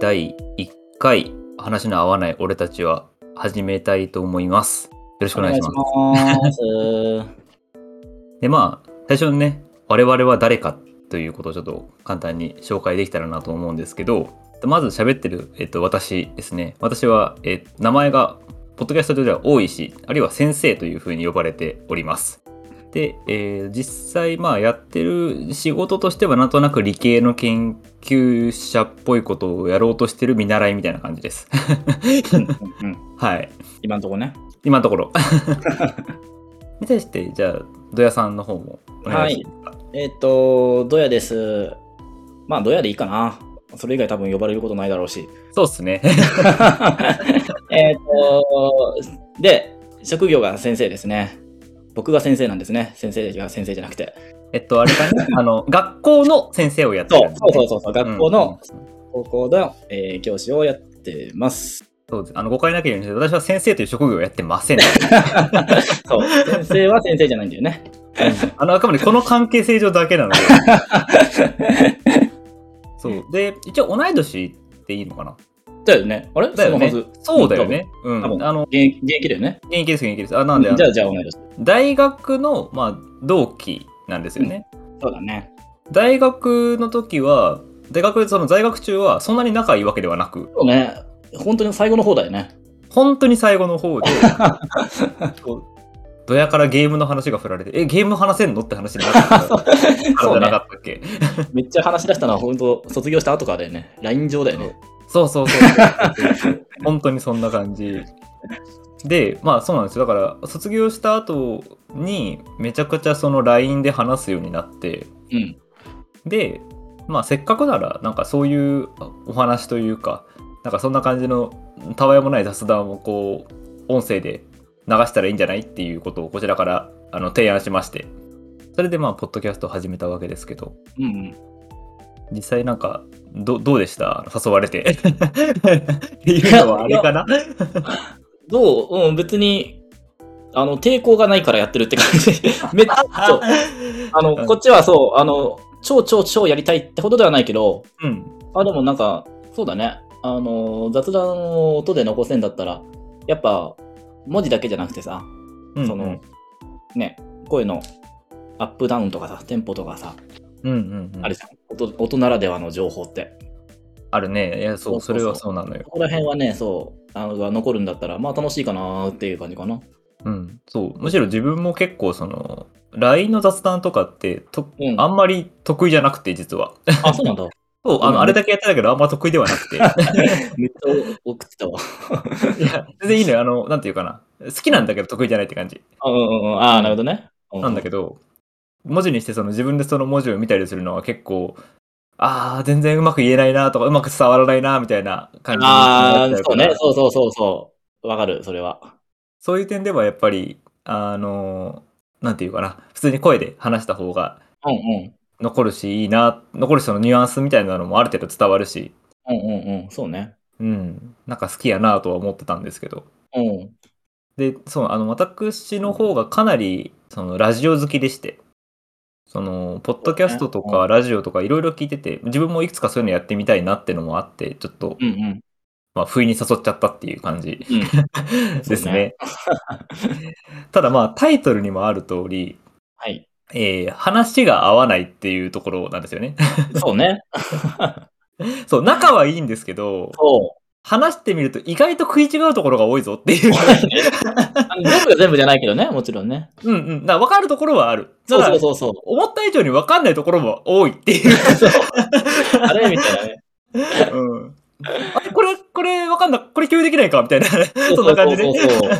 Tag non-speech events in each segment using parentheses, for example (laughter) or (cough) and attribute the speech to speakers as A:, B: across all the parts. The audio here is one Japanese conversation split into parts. A: 第1回話の合わない俺たちは始めたいと思います。よろしくお願いします。
B: ます。
A: で、まあ、最初にね、我々は誰かということをちょっと簡単に紹介できたらなと思うんですけど、まず喋ってる、えっと、私ですね。私は、えっと名前が、ポッドキャスト上では大石、あるいは先生というふうに呼ばれております。で、えー実際、まあ、やってる仕事としては、なんとなく理系の研究者っぽいことをやろうとしてる見習いみたいな感じです。 (laughs)
B: うんうんうん
A: はい。
B: 今のとこね。
A: 今のとこ
B: (laughs)
A: ろ。に対して、じゃあ、土屋さんの方もお願いしますか。
B: えっ、と、ドヤです。まあ、ドヤでいいかな。それ以外多分呼ばれることないだろう (laughs) し。
A: そうっすね。 (laughs)
B: えっと、で、職業が先生ですね。僕が先生なんですね。先生が先生じゃなくて。
A: えっと、あれか
B: (laughs)
A: ね、あの、学校の先生をやって
B: そう
A: るんです
B: そ
A: ね、
B: うそうそうそう、学校の
A: うんうん
B: 高校の、えー教師をやってます。
A: そうです。あの、誤解なきゃいけないんですけど私は先生という職業をやってません。
B: そう、先生は先生じゃないんだよね。
A: あの、あくまでこの関係性上だけなので。
B: (laughs)
A: そう。で、一応同い年っていいのかな
B: だよね。あれ
A: だよね
B: そのはず。。
A: そうだよね。う
B: 多
A: ん。
B: 分
A: あの、
B: 現役現役だよね。
A: 現役です、現役です。あ、なんで、あの
B: じゃあ、じゃあ、同い年。
A: 大学の、まあ、同期なんですよね。
B: そうだね。
A: 大学の時は大学その在学中はそんなに仲いいわけではなく
B: そうね。本当に最後の方だ
A: (laughs)
B: よね。
A: 本当に最後の方で
B: (laughs)
A: そうドヤからゲームの話が振られてえゲーム話せんのって話になったから
B: (laughs) そう
A: じゃな
B: ね
A: か。ったっけ
B: めっちゃ話し出したのは本当、卒業した後からだよね。LINE 上だよね。
A: そうそうそう
B: (laughs)
A: 本当にそんな感じでまあそうなんですよだから卒業した後にめちゃくちゃその LINE で話すようになって
B: うん。
A: で、まあ、せっかくならなんかそういうお話というかなんかそんな感じのたわいもない雑談をこう音声で流したらいいんじゃないっていうことをこちらからあの提案しましてそれでまあポッドキャストを始めたわけですけど
B: うんうん。
A: 実際なんかどどうでした誘われ (laughs) てっていうのはあれかな
B: どううん、別に、あの、抵抗がないからやってるって感
A: (laughs)
B: じ。めっちゃ、そう。あの、こっちはそう、あの、超超超やりたいってほどではないけど、
A: うん
B: あ、でもなんか、そうだね。あの、雑談を音で残せんだったら、やっぱ、文字だけじゃなくてさ、
A: うん
B: その、ね、声のアップダウンとかさ、テンポとかさ、
A: うんうんうん
B: あるじゃん。音音ならではの情報って。
A: あるねいやそうそ
B: そうそうそ
A: れはそ
B: う
A: うなのよ
B: ここら辺はね、そう、あのが残るんだったら、まあ楽しいかなーっていう感じかな。
A: うん、そうむしろ自分も結構その LINE の雑談とかってと、
B: うん
A: あんまり得意じゃなくて実は
B: あ、そうなんだ。
A: (laughs) そうあ
B: うん
A: のあれだけやってたけどあんま得意ではなく (laughs) てい
B: めっちゃ送ってたわ。
A: や全然いいのよあのなんていうかな好きなんだけど得意じゃないって感じ
B: (laughs) あ、うんうんうん。あーなるほどね。
A: なんだけ
B: ど。
A: ど文字にしてその自分でその文字を見たりするのは結構あー全然うまく言えないなとかうまく伝わらないなみたいな感じにな
B: あ
A: っちゃ
B: あ、
A: う
B: そ
A: か
B: う
A: ら
B: ね。そうそうそうそう。わかる、それは。
A: そういう点ではやっぱりあのなんていうかな普通に声で話した方が
B: うんうん。
A: 残るしいいな残る人のニュアンスみたいなのもある程度伝わるし
B: うんうんうん。そうね。
A: うんなんか好きやなとは思ってたんですけど
B: うん。
A: でそうあの私の方がかなりそのラジオ好きでしてそのポッドキャストと
B: そうね
A: か
B: う
A: ラジオとかいろいろ聞いてて自分もいくつかそういうのやってみたいなってのもあってちょっと
B: うんうん。
A: まあ不意に誘っちゃったっていう感じ (laughs)
B: うん。
A: ですねただまあタイトルにもある通り
B: はい。
A: えー話が合わないっていうところなんですよね。 (laughs)
B: そうね。
A: そう、仲はいいんですけど、
B: そ
A: 話してみると意外と食い違うところが多いぞって
B: (laughs)
A: いう。
B: う。あの全部が全部じゃないけどね、もちろんね。
A: うんうん。だから分かるところはある。
B: そう
A: た
B: そ
A: だ
B: うそうそう。
A: 思った以上に分かんないところも多いっていう。 (laughs)
B: あれみたいなね。
A: うん、あれこれ、これ分かんない。これ共有できないかみたいな。 (laughs) そん
B: う
A: な感じ
B: そう
A: で。
B: そうそう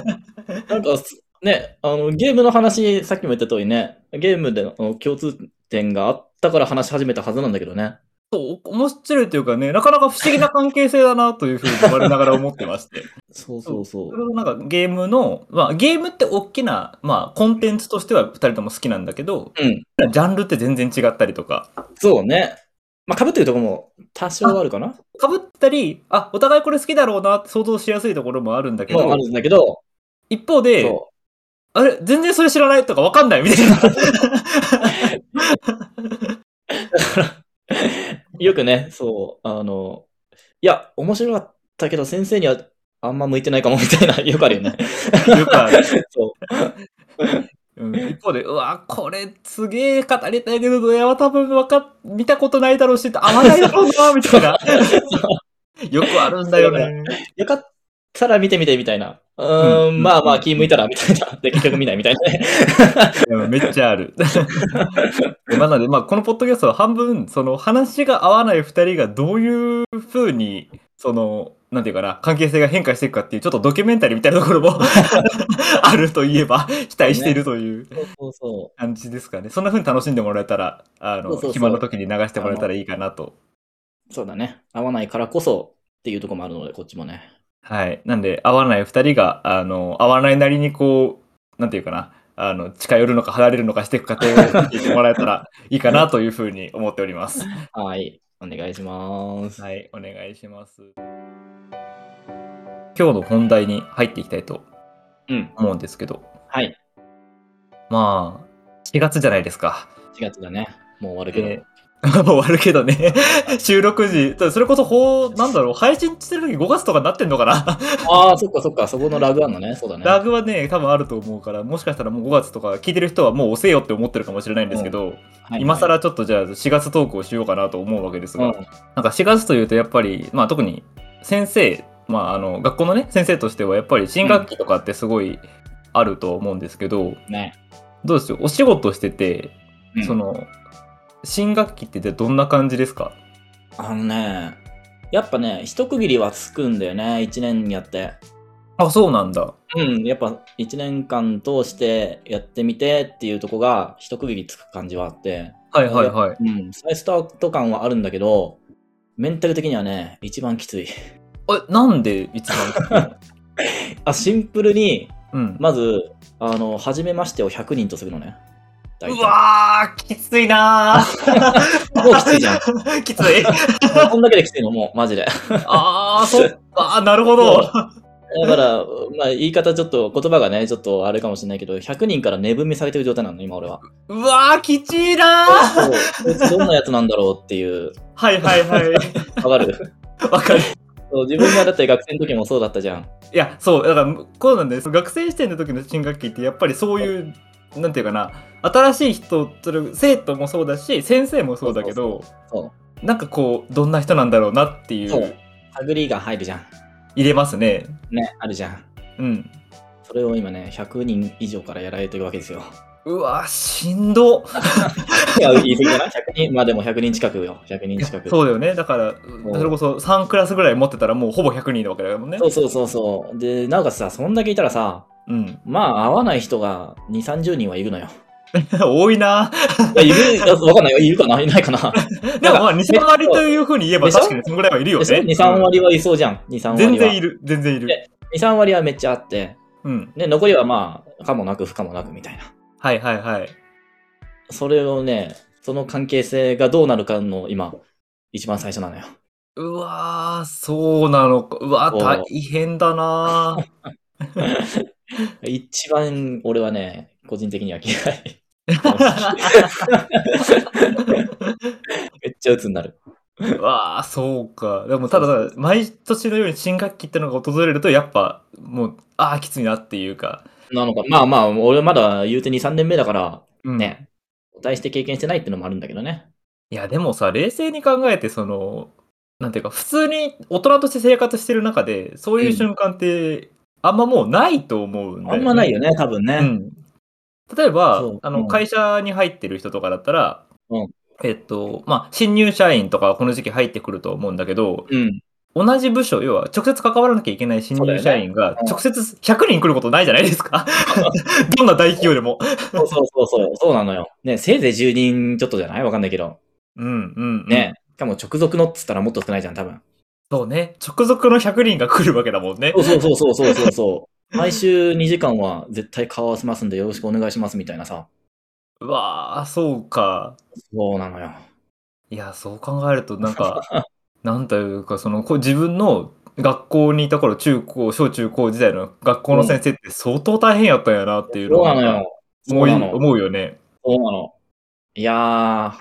B: なんかす、ね、あの、ゲームの話、さっきも言った通りね、ゲームでのあの共通点があったから話し始めたはずなんだけどね。
A: そう、面白いというかね、なかなか不思議な関係性だなというふうに我ながら思ってまして。
B: そうそうそ。
A: (laughs) そうれとなんかゲームの、まあゲームって大きな、まあコンテンツとしては2人とも好きなんだけど、
B: うん。
A: ジャンルって全然違ったりとか、
B: そうね。まあ、被ってるとこも多少あるかな
A: かぶったり、あ、お互いこれ好きだろうなって想像しやすいところもあるんだけ
B: もう
A: ど
B: あ、るんだけど、
A: 一方で、
B: そ
A: あれ、全然それ知らないとかわかんないみたいな。
B: う。よくね、そう、あの、いや、面白かったけど、先生にはあんま向いてないかもみたいな、 (laughs) よくあるよね。
A: (laughs) よくある
B: そ
A: うん一方で、うわ、これすげえ語りたいけど、いや、多分わかっ見たことないだろうし、合わないだろうな、みた
B: (laughs)
A: いな。よくあるんだよね。
B: う。よかったら見てみてみたいな。うーん、
A: うん
B: まあま
A: う
B: あ
A: ん
B: 気向いたらみたいな。で、結局見ないみたいなね。
A: うんめっちゃある。 (laughs) まあなので、まあ、このポッドキャストは半分、その話が合わない二人がどういうふうに、その、なんていうかな、関係性が変化していくかっていう、ちょっとドキュメンタリーみたいなところも (laughs) あるといえば、期待しているという
B: そうそうそ
A: 感じですかね。そんなふうに楽しんでもらえたら、あの、
B: そうそうそう
A: 暇な時に流してもらえたらいいかなと
B: う。そうだね。合わないからこそっていうところもあるので、こっちもね。
A: はい。なんで、合わない二人が、あの、合わないなりにこう、なんていうかな、あの、近寄るのか離れるのかしていく過程を聞いてもらえた
B: (laughs)
A: らいいかなというふうに思っております。
B: はい。お願いします。
A: はい、お願いします。今日の本題に入っていきたいと
B: うん。
A: 思うんですけど、
B: はい。
A: まあ、4月じゃないですか。
B: 4月だね。もう終わるけど。
A: えー (laughs) 終わるけどね、収録時、それこそ、ほう、なんだろう、配信してる時5月とかになってんのかな
B: ああ、そっかそっか。そこのラグあんのね。そうだね。
A: ラグはね、多分あると思うから、もしかしたらもう5月とか聞いてる人はもう押せよって思ってるかもしれないんですけど、
B: はいはい
A: 今更ちょっとじゃあ4月トークをしようかなと思うわけです
B: う
A: が、
B: ん。
A: なんか4月というとやっぱり、まあ特に先生、まああの学校のね、先生としてはやっぱり新学期とかってすごいあると思うんですけど、
B: ね。
A: どうですよ、お仕事してて、
B: うん
A: その、新学期ってどんな感じですか
B: あのね、やっぱね、一区切りはつくんだよね、1年やって。
A: あ、そうなんだ。
B: うん、やっぱ1年間通してやってみてっていうとこが一区切りつく感じはあって、
A: はいはいはい。
B: うん、再スタート感はあるんだけど、メンタル的にはね、一番きつい。
A: え、なんでいつも
B: あ、シンプルに、
A: うん。
B: まず、あの、初めましてを100人とするのね。大
A: (laughs)
B: 体
A: うわー、きついなー。 (laughs)
B: もうきついじゃん。
A: ん。きつい。
B: こんだけできついの、もう、マジで。 (laughs)
A: あー、そっか、なるほど。
B: だから、まあ、言い方ちょっと、言葉がね、ちょっとあれかもしれないけど、100人から値踏みされてる状態なの、今俺
A: (laughs)
B: は。
A: うわー、きちいなー。
B: そうこいつどんなやつなんだろうっていう、
A: はいはいはい。
B: わかる
A: (laughs) わかる。
B: そう自分がだって学生の時もそうだったじゃん。
A: いや、そう、だから、こうなんです。学生視点の時の新学期って、やっぱりそういう、なんていうかな、新しい人、それ生徒もそうだし、先生もそうだけど、
B: そ。
A: なんかこう、どんな人なんだろうなっていうう、
B: そう。探りが入るじゃん。
A: 入れますね。
B: ね、あるじゃん。
A: うん。
B: それを今ね、100人以上からやられてるわけですよ。 (laughs)
A: うわー、しんど。
B: いや、言い過ぎかな ?100 人、まあでも100人近くよ。100人近く。
A: そうだよね。だから、
B: う
A: それこそ3クラスぐらい持ってたら、もうほぼ100人なわけだもんね
B: (laughs) そ。うそうそうそう。で、なおかつさ、そんだけいたらさ、
A: うん。 (laughs)
B: まあ、合わない人が2、30人はいるのよ。
A: 多いない
B: や、いる、いやわかんないよ。いるかないないかな。
A: (laughs) でもまあ、2、3割と
B: う。
A: いうふうに言えば、
B: でしょ
A: 確かにそのぐらいはいるよね。
B: 2、3割はいそうじゃん。2、3
A: うん全
B: 割は。
A: 然いる、全然いる。
B: で2、3割はめっちゃあって。
A: うん。
B: で、残りはまあ、可もなく不可もなくみたいな。
A: はいはいはい。
B: それをね、その関係性がどうなるかの今、一番最初なのよ。
A: うわー、そうなのか。うわー、
B: そう
A: 大変だなー
B: 一番俺はね、個人的には嫌い。 (laughs) めっちゃ鬱になる。
A: うわー、そうか。でも、ただただ、毎年のように新学期ってのが訪れると、やっぱ、もう、あー、きついなっていうか。
B: なのか。まあまあ、俺まだ言うて2、3年目だから、
A: うん。
B: ね、大して経験してないってのもあるんだけどね。
A: いや、でもさ、冷静に考えて、その、なんていうか、普通に大人として生活してる中で、そういう瞬間って、あんまもうないと思うんだよ、
B: あんまないよね、多分
A: う
B: ね。
A: ん。例えば
B: そう、
A: あ
B: う
A: の
B: ん
A: 会社に入ってる人とかだったら、
B: うん
A: えっと、まあ、新入社員とかはこの時期入ってくると思うんだけど、
B: うん。
A: 同じ部署、要は直接関わらなきゃいけない新入社員が
B: そうだよねうん
A: 直接100人来ることないじゃないですか。 (laughs) どんな大企業でも。
B: そうそうそうそう、そうなのよ。ね、せいぜい10人ちょっとじゃないわかんないけど。
A: うんうん。
B: ね、しかも直属のっつったらもっと少ないじゃん、多分。
A: そうね。直属の100人が来るわけだもんね。
B: そうそうそうそうそうそう。 (laughs) 毎週2時間は絶対顔合わせますんでよろしくお願いしますみたいなさ。
A: うわあ、そうか。
B: そうなのよ。
A: いや、そう考えると、なんか、なんというか、その、こう自分の学校にいた頃、中高、小中高時代の学校の先生って相当大変やったんやなっていうの
B: そうなの
A: は
B: よ。そ
A: 思
B: う
A: い、
B: なの。
A: 思うよね。
B: そうなの。いやー、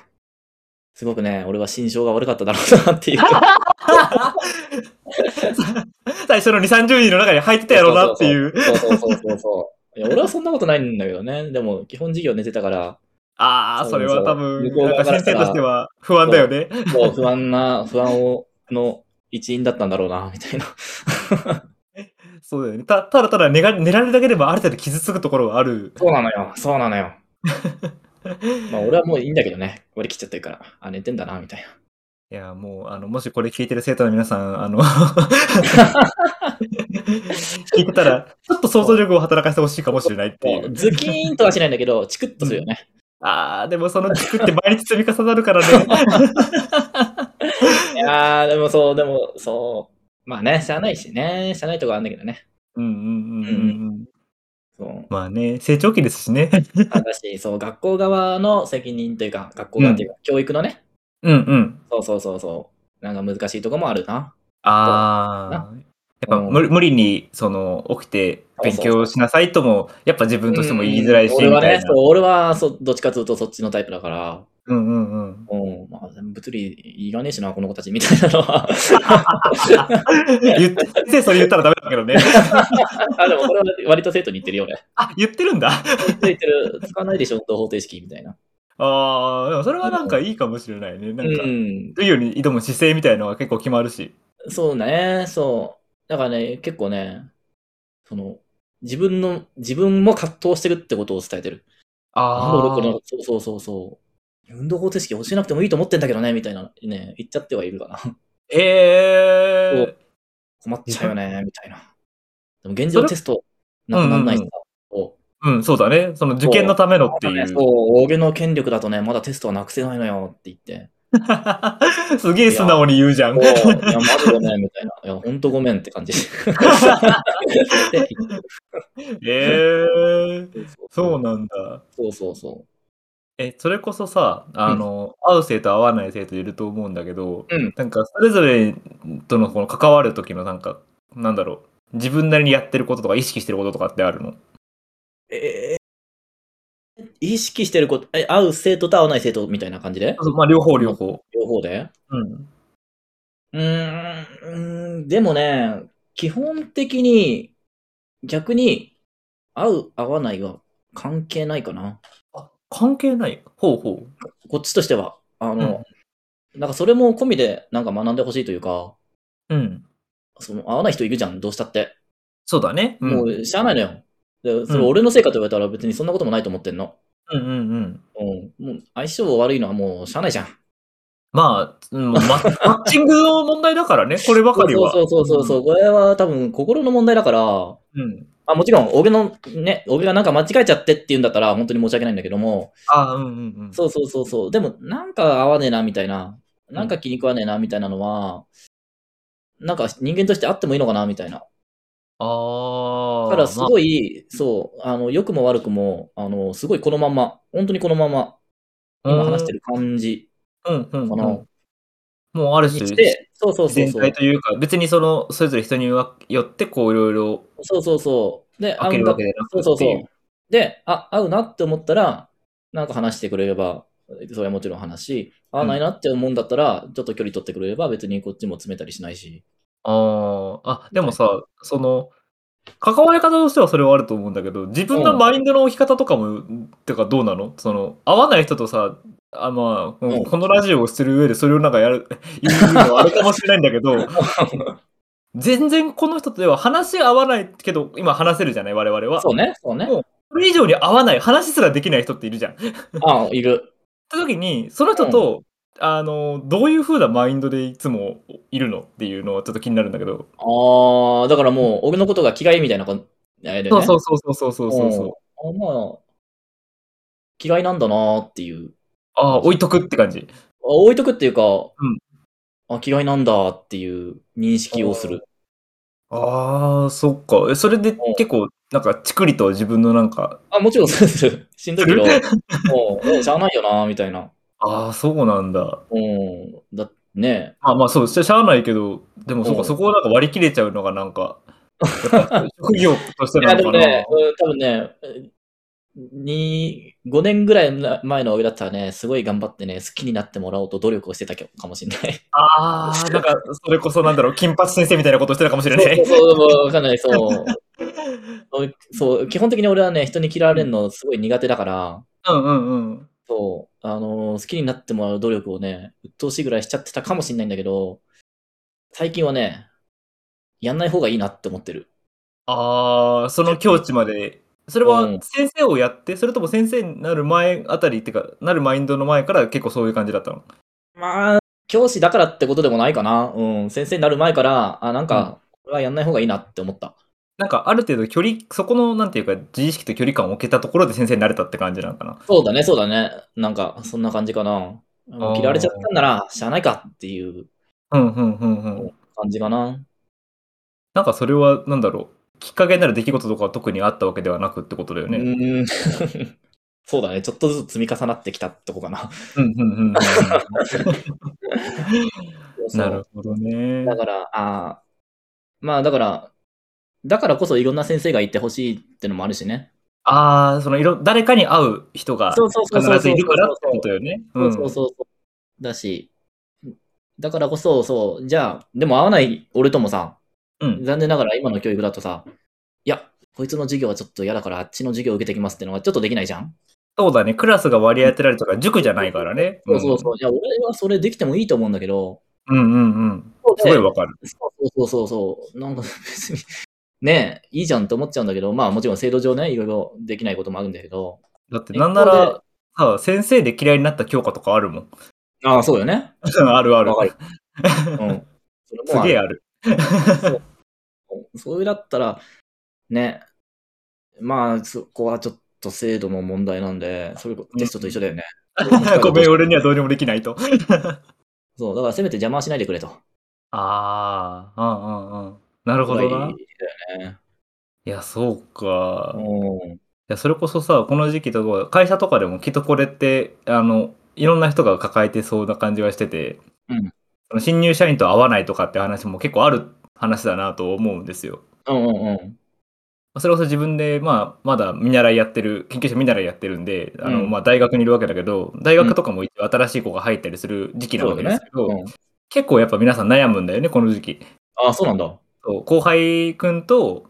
B: すごくね、俺は心象が悪かっただろうなっていうか。
A: 最初の2、30人の中に入ってたやろうなっていう。
B: そうそうそうそうそう。いや俺はそんなことないんだけどね。でも、基本授業寝てたから、
A: ああ、それは多分、なんか先生としては不
B: 側
A: 安だ
B: からした
A: よ
B: ら
A: ね。
B: そう不安な、不安をの一員だったんだろうな、みたいな。
A: そうだよね。たただただ寝が寝られるだけでもある程度傷つくところはある。
B: そうなのよ、そうなのよ。 (laughs) まあ、俺はもういいんだけどね。割り切っちゃってるから、あ、寝てんだな、みたいな。
A: いや、もう、あの、もしこれ聞いてる生徒の皆さん、あ
B: (laughs)
A: の、聞いてたら、ちょっと想像力を働かせてほしいかもしれないってい
B: も
A: う
B: う。ズキーンとはしないんだけど、チクッとするよね。
A: ああ、でもその作って毎日積み重なるからね。
B: いやー、でもそう、でもそう。まあね、しゃあないしね、しゃあないとこあるんだけどね。
A: (laughs) うんうんうんうんうん。
B: そう。
A: まあね、成長期ですしね。
B: ただ (laughs) し、そう、学校側の責任というか、学校側というか、教育のね、
A: うんうん。
B: そうそうそうそう、なんか難しいとこもあるな。
A: ああ。やっぱ
B: うん
A: 無無理にその起きて勉強しなさいとも、やっぱ自分としても言いづらいし、
B: うん俺
A: み
B: は
A: た
B: ね
A: い、
B: そう
A: な。
B: 俺はそうどっちかというとそっちのタイプだから、
A: うんうん (laughs) うん。
B: うん、まあ、物理いらねえしな、この子たちみたいなのは。
A: 言って、先生それ言ったらダメだけ (laughs) どね。
B: あ、でもこれは割と生徒に言ってるよね。
A: あ、言ってるんだ。
B: 言ってる言ってる、使わないでしょ、方程式みたいな。
A: ああ、でもそれはなんかいいかもしれないね。なんか、
B: うん、
A: 授業に挑む姿勢みたいのは結構決まるし。
B: そうね、そう。だからね、結構ね、その、自分の、自分も葛藤してるってことを伝えてる。なんで俺この、そうそうそうそう。運動方程式教えなくてもいいと思ってんだけどね、みたいな、ね、言っちゃってはいるかな。
A: ええ
B: 困っちゃうよね、みたいな。でも現状テスト、なくならないしさ。そう
A: うん、そうだね。その受験のためのってい
B: ね、
A: う
B: そう。、大げの権力だとね、まだテストはなくせないのよって言って。
A: すげえ素直に言うじゃん
B: お。ーいや、マジごめん、みたいな。いや、ほんとごめんって感じ。
A: (laughs) ええ
B: そ
A: (laughs) そう
B: う
A: なんだ。
B: そうそうそ
A: え、それこそさ、あの、会う生徒会わない生徒いると思うんだけど、
B: うん
A: なんかそれぞれとのこの関わる時のなんか、なんだろう、自分なりにやってることとか意識してることとかってあるの
B: う。えー意識してること、え、会う生徒と会わない生徒みたいな感じで
A: まあ、両方両方。
B: 両方で
A: うん。
B: うーんうーん、でもね、基本的に逆に合う合わないは関係ないかな。
A: あ、関係ない。ほうほう。
B: こっちとしては。あの、なんかそれも込みでなんか学んでほしいというか、
A: うん。
B: その合わない人いるじゃん、どうしたって。
A: そうだね。うん
B: もうしゃあないのよ。でそれ俺のせいかと言われたら別にそんなこともないと思ってんの。
A: うんうんうん。
B: うん、もう相性悪いのはもうしゃあないじゃん。
A: まあ、うんマッマッチングの問題だからね、こればかりは。
B: そうそうそうそう、これは多分心の問題だから、
A: うん。うん
B: あもちろん、俺の、ね、俺がなんか間違えちゃってって言うんだったら、本当に申し訳ないんだけども、
A: ああ、うんうんうん。
B: そうそうそう、そうでも、なんか合わねえな、みたいな、なんか気に食わねえな、みたいなのは、なんか人間としてあってもいいのかな、みたいな。
A: ああ。
B: ただ、す
A: ま
B: ごい、そう、あの、良くも悪くも、あの、すごいこのまんま、本当にこのまま、
A: あ
B: 今話してる感じ
A: うんうんうん
B: かな、に
A: もうある種、
B: して、そうそうそう
A: 全
B: そう
A: 体、というか、別にその、それぞれ人によって、こう、いろいろ
B: そうそうそう、で、
A: 開けるわけでなく
B: そ
A: て
B: うそう
A: って
B: そ。
A: いう
B: で、あ、合うなって思ったら、なんか話してくれれば、それはもちろん話し、合わないなって思うんだったら、ちょっと距離取ってくれれば、別にこっちも詰めたりしないし。
A: ああ。あ、でもさ、その、関わり方としてはそれはあると思うんだけど、自分のマインドの置き方とかも、てかどうなのその、合わない人とさ、あまあ、
B: うん
A: このラジオをする上でそれをなんかやる、 (laughs) 言うのはあるかもしれないんだけど、全然この人とでは話合わないけど、今話せるじゃない我々は。
B: そうね、そうね。
A: それ以上に合わない、話すらできない人っているじゃん。って
B: あいる。
A: 時に、その人と、あの、どういう風なマインドでいつもいるのっていうのはちょっと気になるんだけど。
B: ああ、だからもう、俺のことが嫌いみたいな感じだよね。
A: そうそうそうそうそうそうそうそう。
B: うんあまあ、嫌いなんだなーっていう。
A: ああ、置いとくって感じ。
B: あ置いとくっていうか、
A: ん
B: あ、嫌いなんだっていう認識をする。
A: ああ、そっか。えそれで結構、なんか、ちくりと自分のなんか、
B: あ、もちろんそ
A: (laughs)
B: うです。しんどいけど、
A: す
B: もう、もうしゃあないよなーみたいな。
A: ああ、そうなんだ。
B: うん、だね
A: まあまあ、そう、しゃしゃあないけど、でもそう
B: う
A: か、
B: ん
A: そこをなんか割り切れちゃう (laughs) のがなんか、やっぱ職業として
B: い
A: な
B: や、
A: のか
B: でも
A: な。
B: ね、うん多分ね、えに、5年ぐらい前の俺だったらね、すごい頑張ってね、好きになってもらおうと努力をしてたかもし
A: (laughs)
B: れない。
A: ああ、なんか、それこそなんだろう、金八先生みたいなことしてたかもしれない。
B: そうそうそう、わかんない、そう。そうそう、基本的に俺はね、人に嫌われるのすごい苦手だから、
A: (laughs) うんうんうん。
B: そう、あのー好きになってもらう努力をね、鬱陶しいぐらいしちゃってたかもしれないんだけど、最近はね、やんない方がいいなって思ってる。
A: ああ、その境地まで。それ
B: う
A: は
B: ん
A: 先生をやって、それとも先生になる前あたりっていうか、なるマインドの前から結構そういう感じだったの。
B: まあ、教師だからってことでもないかな。うん、先生になる前から、あ、なんか、これはやんない方がいいなって思った。
A: なんかある程度距離、そこのなんていうか、自意識と距離感を置けたところで先生になれたって感じなのかな。
B: そうだね、そうだね。なんか、そんな感じかな。も
A: あ
B: う
A: ー
B: 嫌われちゃったんなら、しゃあないかっていう
A: うんうんうんうん。
B: 感じかな。
A: なんかそれはなんだろう、きっかけになる出来事とかは特にあったわけではなくってことだよ
B: う
A: ね。
B: ーん。 (laughs) そうだね、ちょっとずつ積み重なってきたってこかな。
A: うんうんうんうん。
B: (laughs) そう
A: なるほどね。
B: だから、ああまあだから、だからこそいろんな先生がいてほしいってのもあるしね。
A: ああ、そのいろ、誰かに会う人が
B: そうそうそう
A: 必
B: そう
A: ずいるからってことよね。
B: そうそうそうそう。だし、だからこそ、そう、じゃあ、でも会わない俺ともさ、
A: うん
B: 残念ながら今の教育だとさ、いや、こいつの授業はちょっと嫌だからあっちの授業受けてきますってのがちょっとできないじゃん。
A: そうだね、クラスが割り当てられたから塾じゃないからね。
B: そうそうそう。いや、俺はそれできてもいいと思うんだけど、
A: うん。うんうんうん。すごいわかる。
B: そうそうそうそう。なんか別に、ねえ、いいじゃんって思っちゃうんだけど、まあもちろん制度上ね、いろいろできないこともあるんだけど。
A: だってなんなら、さ先生で嫌いになった教科とかあるもん。 (laughs)
B: ああ、そうよね。
A: あるある
B: わ。かる。うん。それ
A: す
B: もある
A: げえある。
B: それだったら、ね、まあ、そこはちょっと制度の問題なんで、それこテストと一緒だよね。
A: (laughs) ごめん、俺にはどうにもできないと。
B: そう、だからせめて邪魔はしないでくれと。
A: ああ、うんうんうん。なるほどな。いや、そうか。い
B: うん。
A: や、それこそさ、この時期とか、会社とかでもきっとこれって、あの、いろんな人が抱えてそうな感じはしてて、
B: うん
A: その新入社員と会わないとかって話も結構ある話だなと思うんですよ。
B: うんうんうん。
A: それこそ自分で、まあ、まだ見習いやってる、研究者見習いやってるんで、あの
B: うん
A: まあ、大学にいるわけだけど、大学とかも一応新しい子が入ったりする時期なわけですけど、
B: うん、
A: 結構やっぱ皆さん悩むんだよね、この時期。
B: ああ、そうなんだ。
A: そう後輩くんと、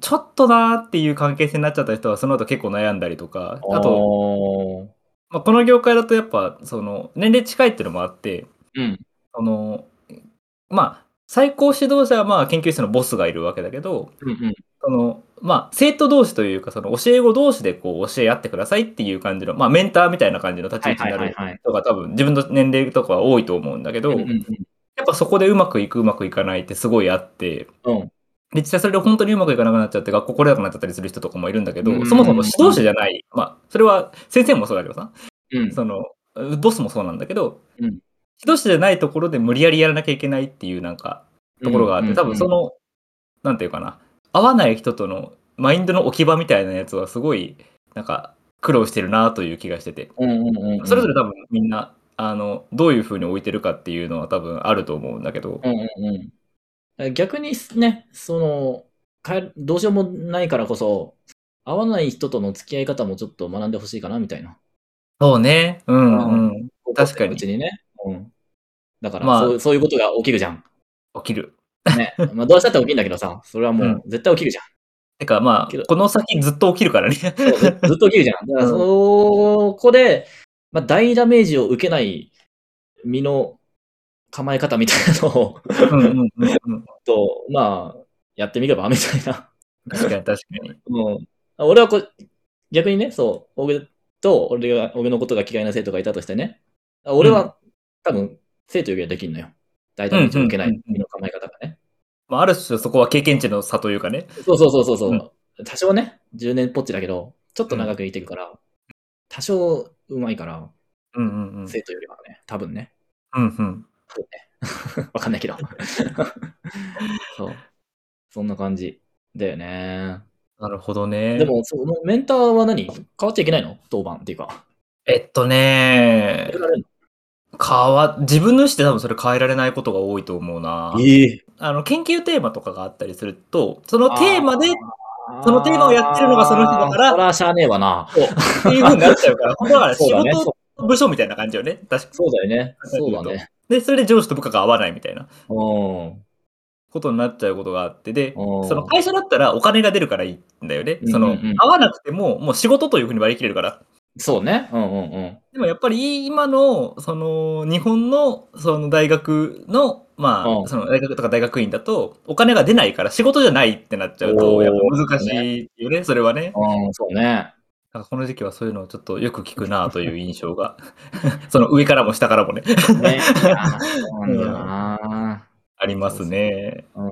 A: ちょっとなーっていう関係性になっちゃった人は、その後結構悩んだりとか、あと、
B: と、
A: まあ、この業界だとやっぱ、その、年齢近いっていうのもあって、
B: うん。
A: その、まあ、最高指導者はまあ研究室のボスがいるわけだけど、
B: うんうん。
A: そのまあ、生徒同士というかその教え子同士でこう教え合ってくださいっていう感じの、まあ、メンターみたいな感じの立ち
B: は
A: 位置に
B: いはい
A: な
B: はい
A: る
B: はい。
A: 人が多分自分の年齢とかは多いと思うんだけど、
B: うんう
A: や
B: ん
A: っぱそこでうまくいくうまくいかないってすごいあって
B: うん。うん
A: で実際それで本当にうまくいかなくなっちゃって学校来れなくなっちゃったりする人とかもいるんだけど、
B: うん
A: そもそも指導者じゃない、まあ、それは先生もそうだけどさ
B: うん。
A: そのボスもそうなんだけど、
B: うん
A: 指導者じゃないところで無理やりやらなきゃいけないっていうなんかところがあって、多分その、なんていうかな、合わない人とのマインドの置き場みたいなやつはすごい、なんか、苦労してるなという気がしてて、
B: うんうんうんうん、
A: それぞれ多分みんな、あの、どういうふうに置いてるかっていうのは多分あると思うんだけど、
B: うんうんうん、逆にね、そのかえどうしようもないからこそ、合わない人との付き合い方もちょっと学んでほしいかなみたいな。
A: そうね、うん、うん、確かに
B: うちにね。うん、だから、
A: まあ
B: そう、そういうことが起きるじ
A: (laughs)
B: ゃん。
A: 起きる。
B: ねまあ、どうしたって起きるんだけどさ、それはもう絶対起きるじゃん。
A: てかま
B: け
A: あ
B: ど、
A: この先ずっと起きるから
B: (laughs)
A: ね。
B: そう
A: (laughs)
B: ずずっと起きるじゃん。だから
A: うん
B: そこで、まあ、大ダメージを受けない身の構え方みたいなのを (laughs)
A: うんうんうんうん。
B: と、まあ、やってみればみたいな。
A: 確かに確かに。
B: うん。あ俺はこう、逆にね、そう、俺と、俺が、俺のことが嫌いな生徒がいたとしてね、あ俺は、
A: う
B: 多分、生徒よりはできんのよ。大体道を受けな
A: うんうん
B: い
A: うん
B: 身の構え方がね。
A: まあ、ある種そこは経験値の差というかね。
B: そうそうそうそうそうう、多少ね、10年ぽっちだけど、ちょっと長くいてるから、多少うまいから、
A: うんうんうん。
B: 生徒よりはね、多分ね。 (laughs)
A: うんうん。
B: わかんないけど。 (laughs) そう。そんな感じだよね。
A: なるほどね。
B: でも、そのメンターは何変わっちゃいけないの当番っていうか。
A: えっとね
B: 変え、られる
A: 変わ、自分の意思で多分それ変えられないことが多いと思うな
B: の。ええ
A: あの、研究テーマとかがあったりすると、そのテーマでそのテーマをやってるのがその人だから
B: あーそらしゃあねえわな。
A: そう。っていう風になっちゃうから、本当だから
B: (laughs) そう
A: 仕
B: だね
A: 事と部署みたいな感じよね。確か
B: そうだよね。そうだね。
A: で、それで上司と部下が合わないみたいな
B: うん。
A: ことになっちゃうことがあって、で、
B: うん
A: その会社だったらお金が出るからいいんだよね
B: う。ん
A: そ
B: うん
A: の
B: うん、
A: 合わなくても、もう仕事という風に割り切れるから。
B: そうね。うんうんうん。
A: でもやっぱり今の、その、日本の、その大学の、ま
B: うん
A: あ、その大学とか大学院だと、お金が出ないから仕事じゃないってなっちゃう
B: お
A: と、
B: ー
A: やっぱ難しいよね、それはね。
B: うん、そうね。
A: なんかこの時期はそういうのをちょっとよく聞くなという印象が、 (laughs) その上からも下からもね、
B: (laughs) ね。いやーそうなんだよな。
A: ありますね
B: うん。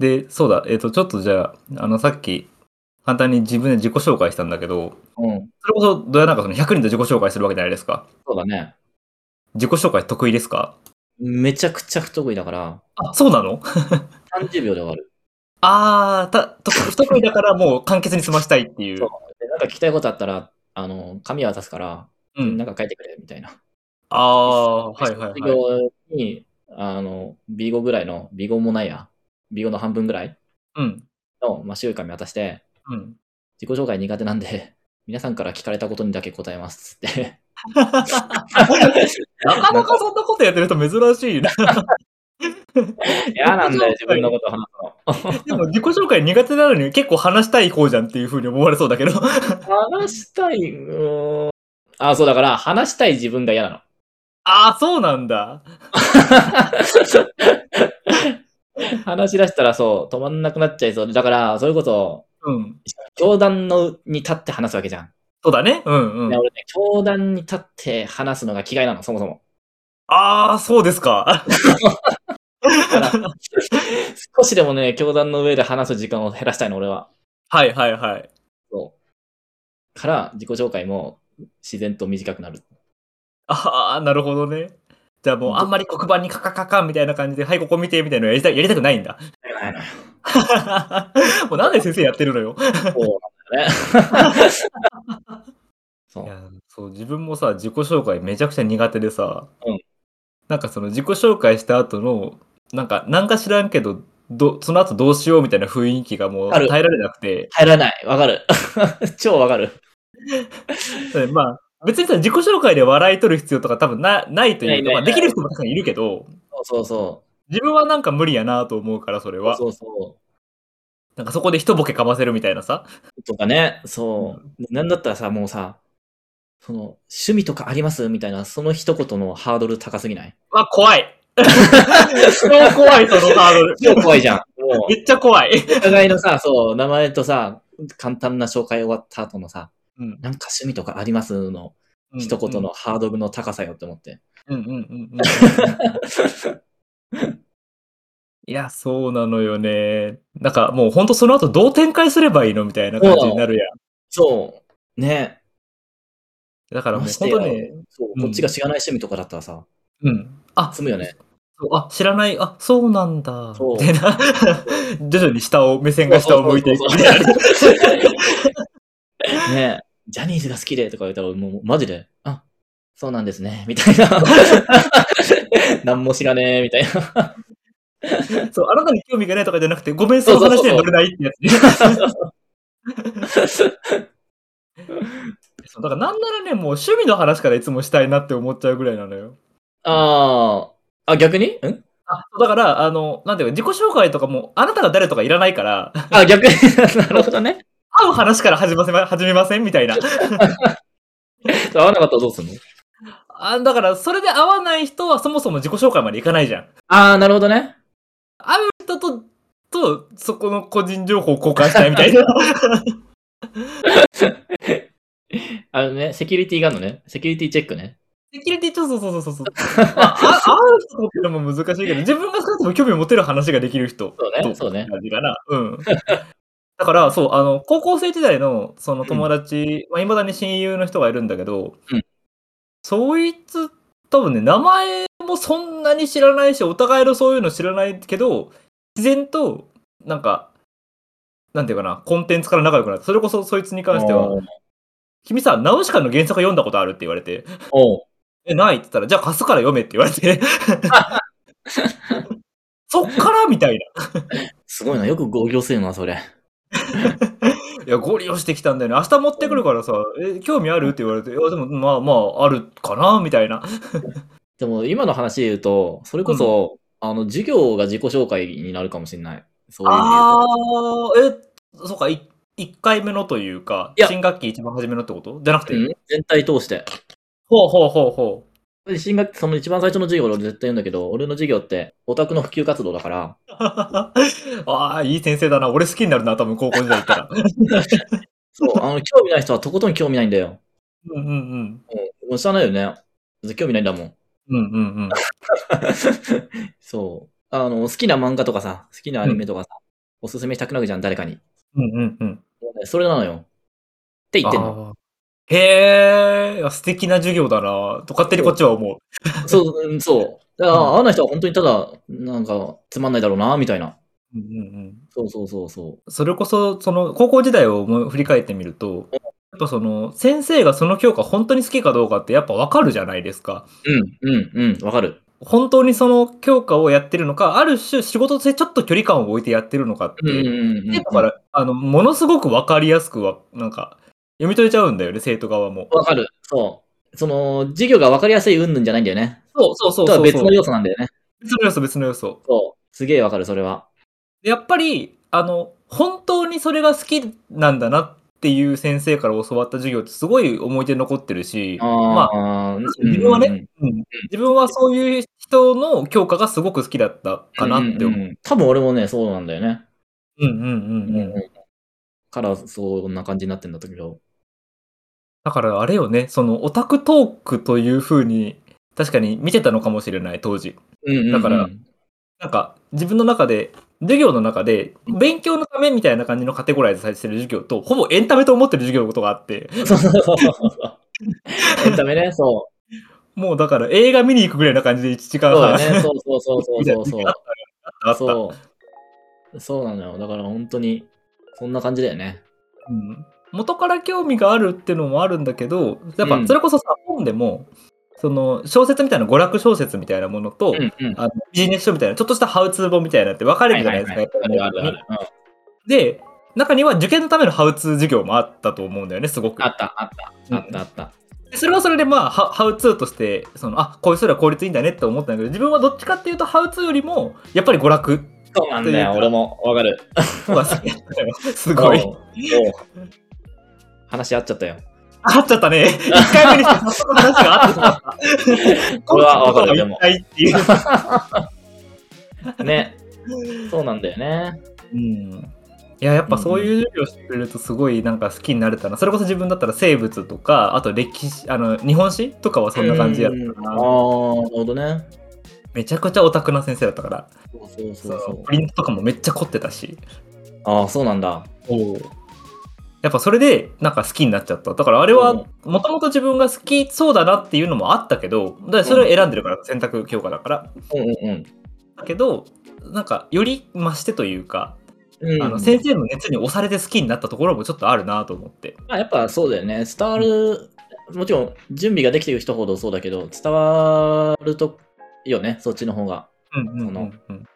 A: で、そうだ、えっ、と、ちょっとじゃあ、あの、さっき、簡単に自分で自己紹介したんだけど、
B: うん。
A: それこそ、どうやなんかその100人で自己紹介するわけじゃないですか。
B: そうだね。
A: 自己紹介得意ですか
B: めちゃくちゃ不得意だから、
A: あ、そうなの
B: 30秒で終わる。
A: あー、た、と不得意だからもう簡潔に済ましたいっていう。
B: そうでなんか聞きたいことあったら、あの、紙渡すから、
A: う
B: なん
A: ん。
B: か書いてくれ、みたいな。
A: あー、はいはい
B: 卒
A: はい。
B: 業に、あの、B5 ぐらいの、B5 もないや、B5 の半分ぐらい
A: うん。
B: の、まあ、週間見渡して、
A: うん。
B: 自己紹介苦手なんで、 (laughs) 皆さんから聞かれたことにだけ答えます、つって。
A: なかなかそんなことやってる人珍しいな。
B: (laughs)
A: (laughs)
B: 嫌なんだよ、自分のこと話すの。
A: でも自己紹介苦手なのに結構話したい方じゃんっていうふうに思われそうだけど。 (laughs)
B: 話したい、うーん。あ、そうだから、話したい自分が嫌なの。
A: ああ、そうなんだ。
B: 話し出したらそう、止まんなくなっちゃいそうで。だから、それこそ、
A: うん。
B: 教団のに立って話すわけじゃん。
A: そうだね。うんうん
B: で。俺ね、教団に立って話すのが嫌いなの、そもそも。
A: ああ、そうですか。 (laughs)
B: だから、 (laughs) 少しでもね、教団の上で話す時間を減らしたいの、俺は。
A: はいはいはい。
B: そう。から、自己紹介も自然と短くなる。
A: ああ、なるほどね。じゃあもうあんまり黒板にカカカカみたいな感じで、はい、ここ見てみたいなのやりたやりたくないんだ。 (laughs) もうなんで先生やってるのよ。
B: そうなんだよね。 (laughs) そ。
A: いうやそう自分もさ自己紹介めちゃくちゃ苦手でさ、
B: うん
A: なんかその自己紹介した後のなんかなんか知らんけどどその後どうしようみたいな雰囲気がもう
B: ある
A: 耐えられなくて
B: 入らない。わかる。 (laughs) 超わかる。
A: でまあ別にさ自己紹介で笑い取る必要とか多分なないというか、
B: ないない
A: まあ、できる人も確かにいるけど
B: そうそうそ
A: 自分はなんか無理やなと思うからそれ
B: う。
A: は
B: そうそう。
A: なんかそこで一ボケかませるみたいなさ
B: とかね、そう、なんだったらさ、もうさ、その趣味とかありますみたいな、その一言のハードル高すぎない
A: わ怖い超怖いそのハードル
B: 超怖いじゃん。 (laughs) も
A: めっちゃ怖い、
B: う、お互いのさ、そう、名前とさ、簡単な紹介終わった後のさ、
A: うん
B: なんか趣味とかありますの一言のハードルの高さよって思って。
A: うんうんうんうんいや、そうなのよね。なんかもう本当その後どう展開すればいいのみたいな感じになるやん。
B: そう、ね。
A: だからもう
B: まして
A: 本
B: や
A: 当ね、
B: そう
A: うん
B: こっちが知らない趣味とかだったらさ、
A: うん。あ、
B: 積むよね。
A: そうあ、知らない、あ、そうなんだ。
B: そう
A: みたいな。徐々に下を、目線が下を向いていく
B: そうそ
A: み
B: うそ
A: た
B: う
A: いな。
B: そう (laughs) ねジャニーズが好きでとか言ったら、もうマジで、あ、そうなんですね、みたいな。 (laughs) 何も知らねえ、みたいな。
A: そう、あなたに興味がないとかじゃなくて、ごめん、その
B: そう
A: 話
B: そ
A: に
B: うそう
A: は乗れないってやつね。 (laughs) そうだからなんならね、もう趣味の話からいつもしたいなって思っちゃうぐらいなのよ。
B: ああ、あ、逆にん
A: あ、だから、あの、なんていうか、自己紹介とかも、あなたが誰とかいらないから、
B: あ、逆に。 (laughs) なるほどね。
A: 会う話から始ませま始めませんみたいな。
B: 合わなかったらどうすんの
A: あだから、それで会わない人はそもそも自己紹介までいかないじゃん。
B: ああ、なるほどね。
A: 会う人と、と、そこの個人情報を交換したいみたいな。
B: あのね、セキュリティがあるのね。セキュリティチェックね。
A: セキュリティ調査、そうそう
B: (laughs)
A: そうそう。まあ、あ会う人っていうのも難しいけど、自分が少なくとも興味を持てる話ができる人。
B: そうね
A: と
B: そうね
A: 感じかな。うん。 (laughs) だから、そう、あの、高校生時代の、その友達、まあ、未だに親友の人がいるんだけど、
B: うん
A: そいつ、多分ね、名前もそんなに知らないし、お互いのそういうの知らないけど、自然と、なんか、なんていうかな、コンテンツから仲良くなって、それこそそいつに関しては、
B: おう
A: 君さ、ナウシカの原作読んだことあるって言われて、
B: おう
A: え、ないって言ったら、じゃあ貸すから読めって言われ
B: (laughs)
A: て。そっからみたいな。
B: すごいな。よく合行するな、それ。
A: いや、ゴリ押してきたんだよね。明日持ってくるからさ、え、興味あるって言われて、いや、でも、まあまあ、あるかな、みたいな。
B: でも今の話で言うと、それこそ、あの、授業が自己紹介になるかもしれない。そういう意味で言う
A: あ
B: と。
A: ー、え、そうか、い一回目のというか
B: い、や
A: 新学期一番初めのってことじゃなくて、
B: うん全体通して。
A: ほうほうほう (laughs) ほ
B: 新学期、その一番最初の授業で俺絶対言うんだけど、俺の授業ってオタクの普及活動だから、
A: う。ああ、いい先生だな。俺好きになるな、多分高校時代行ったら。
B: そう、あの、興味ない人はとことん興味ないんだよ。
A: うんうんうん。
B: もう知らないよね。興味ないんだも (laughs) ん。
A: うんうんうん。
B: そう。あの、好きな漫画とかさ、好きなアニメとかさ、おすすめしたくなるじゃん、誰かに。
A: うんうんうん。
B: もうねそれなのよ。って言ってんの。
A: あーへえ、いや素敵な授業だな、と勝手にこっちは思う。
B: そう、うんそう。だから、
A: うん
B: あの人は本当にただ、なんか、つまんないだろうな、みたいな。
A: うんうんうん。
B: そうそうそうそ
A: それこそ、その、高校時代を思い振り返ってみると、やっぱその、先生がその教科本当に好きかどうかってやっぱわかるじゃないですか。
B: う。うん、うん、うん、わかる。
A: 本当にその教科をやってるのか、ある種仕事としてちょっと距離感を置いてやってるのかって、
B: うん、うん、うん。
A: だから、あの、ものすごくわかりやすくは、なんか、読み取れちゃうんだよね、生徒側も。
B: わかる。そう。その、授業がわかりやすい云々じゃないんだよね。
A: そうそうそう
B: と
A: そうそ
B: は
A: う。
B: 別の要素なんだよね。
A: 別の要素、別の要素。
B: そう。すげえわかる、それは。
A: やっぱり、あの、本当にそれが好きなんだなっていう先生から教わった授業ってすごい思い出に残ってるし、まあ、
B: あー、
A: 自分は
B: うんうん
A: ね、うん自分はそういう人の教科がすごく好きだったかなって思う。
B: んんん多分俺もね、そうなんだよね。
A: うんうんうんうん。
B: から、そんな感じになってんだけど。
A: だからあれよね、そのオタクトークという風に、確かに見てたのかもしれない、当時。
B: うんうんうん
A: だからなんか、自分の中で、授業の中で、勉強のためみたいな感じのカテゴライズされてる授業と、ほぼエンタメと思ってる授業のことがあって、
B: そうそうそう
A: (laughs)
B: そう。エンタメね、そう。
A: もうだから映画見に行くぐらいな感じで1時間
B: そう
A: 半
B: だね、そうそうそうそうそうそう。
A: あった。
B: そう。そうなのよ。だから本当に、そんな感じだよね。
A: うん元から興味があるっていうのもあるんだけど、やっ
B: う
A: ぱ
B: ん
A: それこそさ、本でも、その小説みたいな娯楽小説みたいなものと、
B: うんうん。
A: あのビジネス書みたいな、ちょっとしたハウツー本みたいなって分かれるじゃないですか。
B: はははあるあるあ
A: やっぱ
B: る。うん
A: りで、中には受験のためのハウツー授業もあったと思うんだよね、すごく
B: あ。った、あった、あった、あった。
A: でそれはそれでまあ、ハハウツーとして、そのあこういう人ら効率いいんだねって思ったんだけど、自分はどっちかっていうと、ハウツーよりも、やっぱり娯楽
B: そうなんだよ、俺も。わかる。
A: が好きだったよ。すごい。
B: うん。うん話し合っちゃったよ。
A: 合っちゃったね。1回目にして
B: (laughs)
A: 早速話が合ってしまった。
B: これはわかる、で
A: よ
B: も。
A: っていう。
B: (laughs) ね。そうなんだよね。
A: うんいややっぱそういう授業してくれるとすごいなんか好きになれたな、それこそ自分だったら生物とかあと歴史あの日本史とかはそんな感じやった
B: うんあ
A: か
B: あ、な
A: ら
B: るほどね。
A: めちゃくちゃオタクな先生だったから
B: そうそうそう
A: そ
B: そ
A: の
B: う
A: プ。リントとかもめっちゃ凝ってたし
B: ああ、そうなんだ。
A: やっぱそれでなんか好きになっちゃっただからあれはもともと自分が好きそうだなっていうのもあったけどだからそれを選んでるから選択教科だから
B: うんうん
A: だけどなんかより増してというか、
B: うん。うん、
A: あの先生の熱に押されて好きになったところもちょっとあるなと思って。
B: まあ、やっぱそうだよね。伝わる、もちろん準備ができている人ほどそうだけど、伝わるといいよね、そっちの方が。
A: うんうん
B: その
A: うん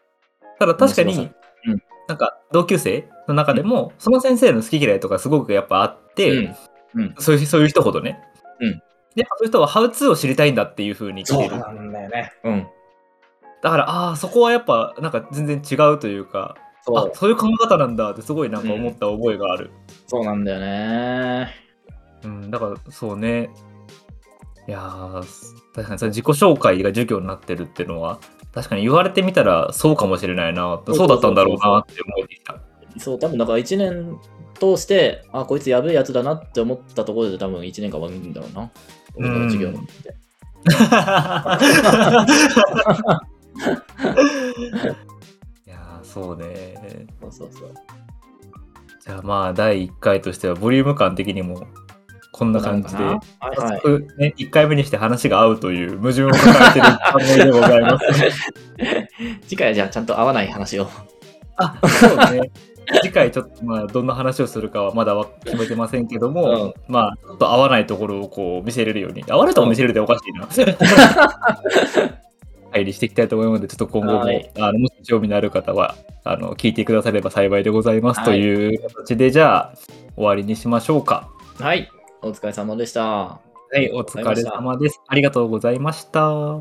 A: ただ確か
B: 面
A: に
B: 白さ、うん
A: なんか同級生の中でも、その先生の好き嫌いとかすごくやっぱあって、
B: うん、
A: そういうそういう人ほどね、
B: うん
A: でやっぱそういう人はハウツーを知りたいんだっていう風に来てるだ
B: んだよね。うん。
A: からああそこはやっぱなんか全然違うというか
B: そ
A: あ
B: う
A: そういう考え方なんだってすごいなんか思った覚えがある、
B: そうなんだよね。
A: うんだからそうねいやー確かにそれ自己紹介が授業になってるっていうのは確かに言われてみたらそうかもしれないな
B: そう
A: そうだったんだろうなって思いてき (laughs) た。
B: そう、多分だから1年通して、あ、こいつやべえやつだなって思ったところで多分1年間終わるんだろうな。
A: うん
B: 俺の授業って。
A: いやーそうね
B: そうそうそう。
A: じゃあまあ第1回としてはボリューム感的にもこんな感じで
B: なのかなはい
A: 早
B: はい。
A: 速ね、1回目にして話が合うという矛盾を抱えてる番組でございます
B: 次回はじゃあちゃんと合わない話を。
A: あそうね (laughs) 次回ちょっとまあどんな話をするかはまだわ決めてませんけども、まあちょっと合わないところをこう見せれるように合わないところ見せれ
B: (laughs)
A: るっておかしいな入りしていきたいと思うのでちょっと今後も、
B: はい
A: あのもし興味のある方は、あの、聞いてくだされば幸いでございます、
B: はい
A: という形で、じゃあ、終わりにしましょうか。
B: はい。お疲れ様でした。
A: はい、お疲れ様です。ありがとうございました。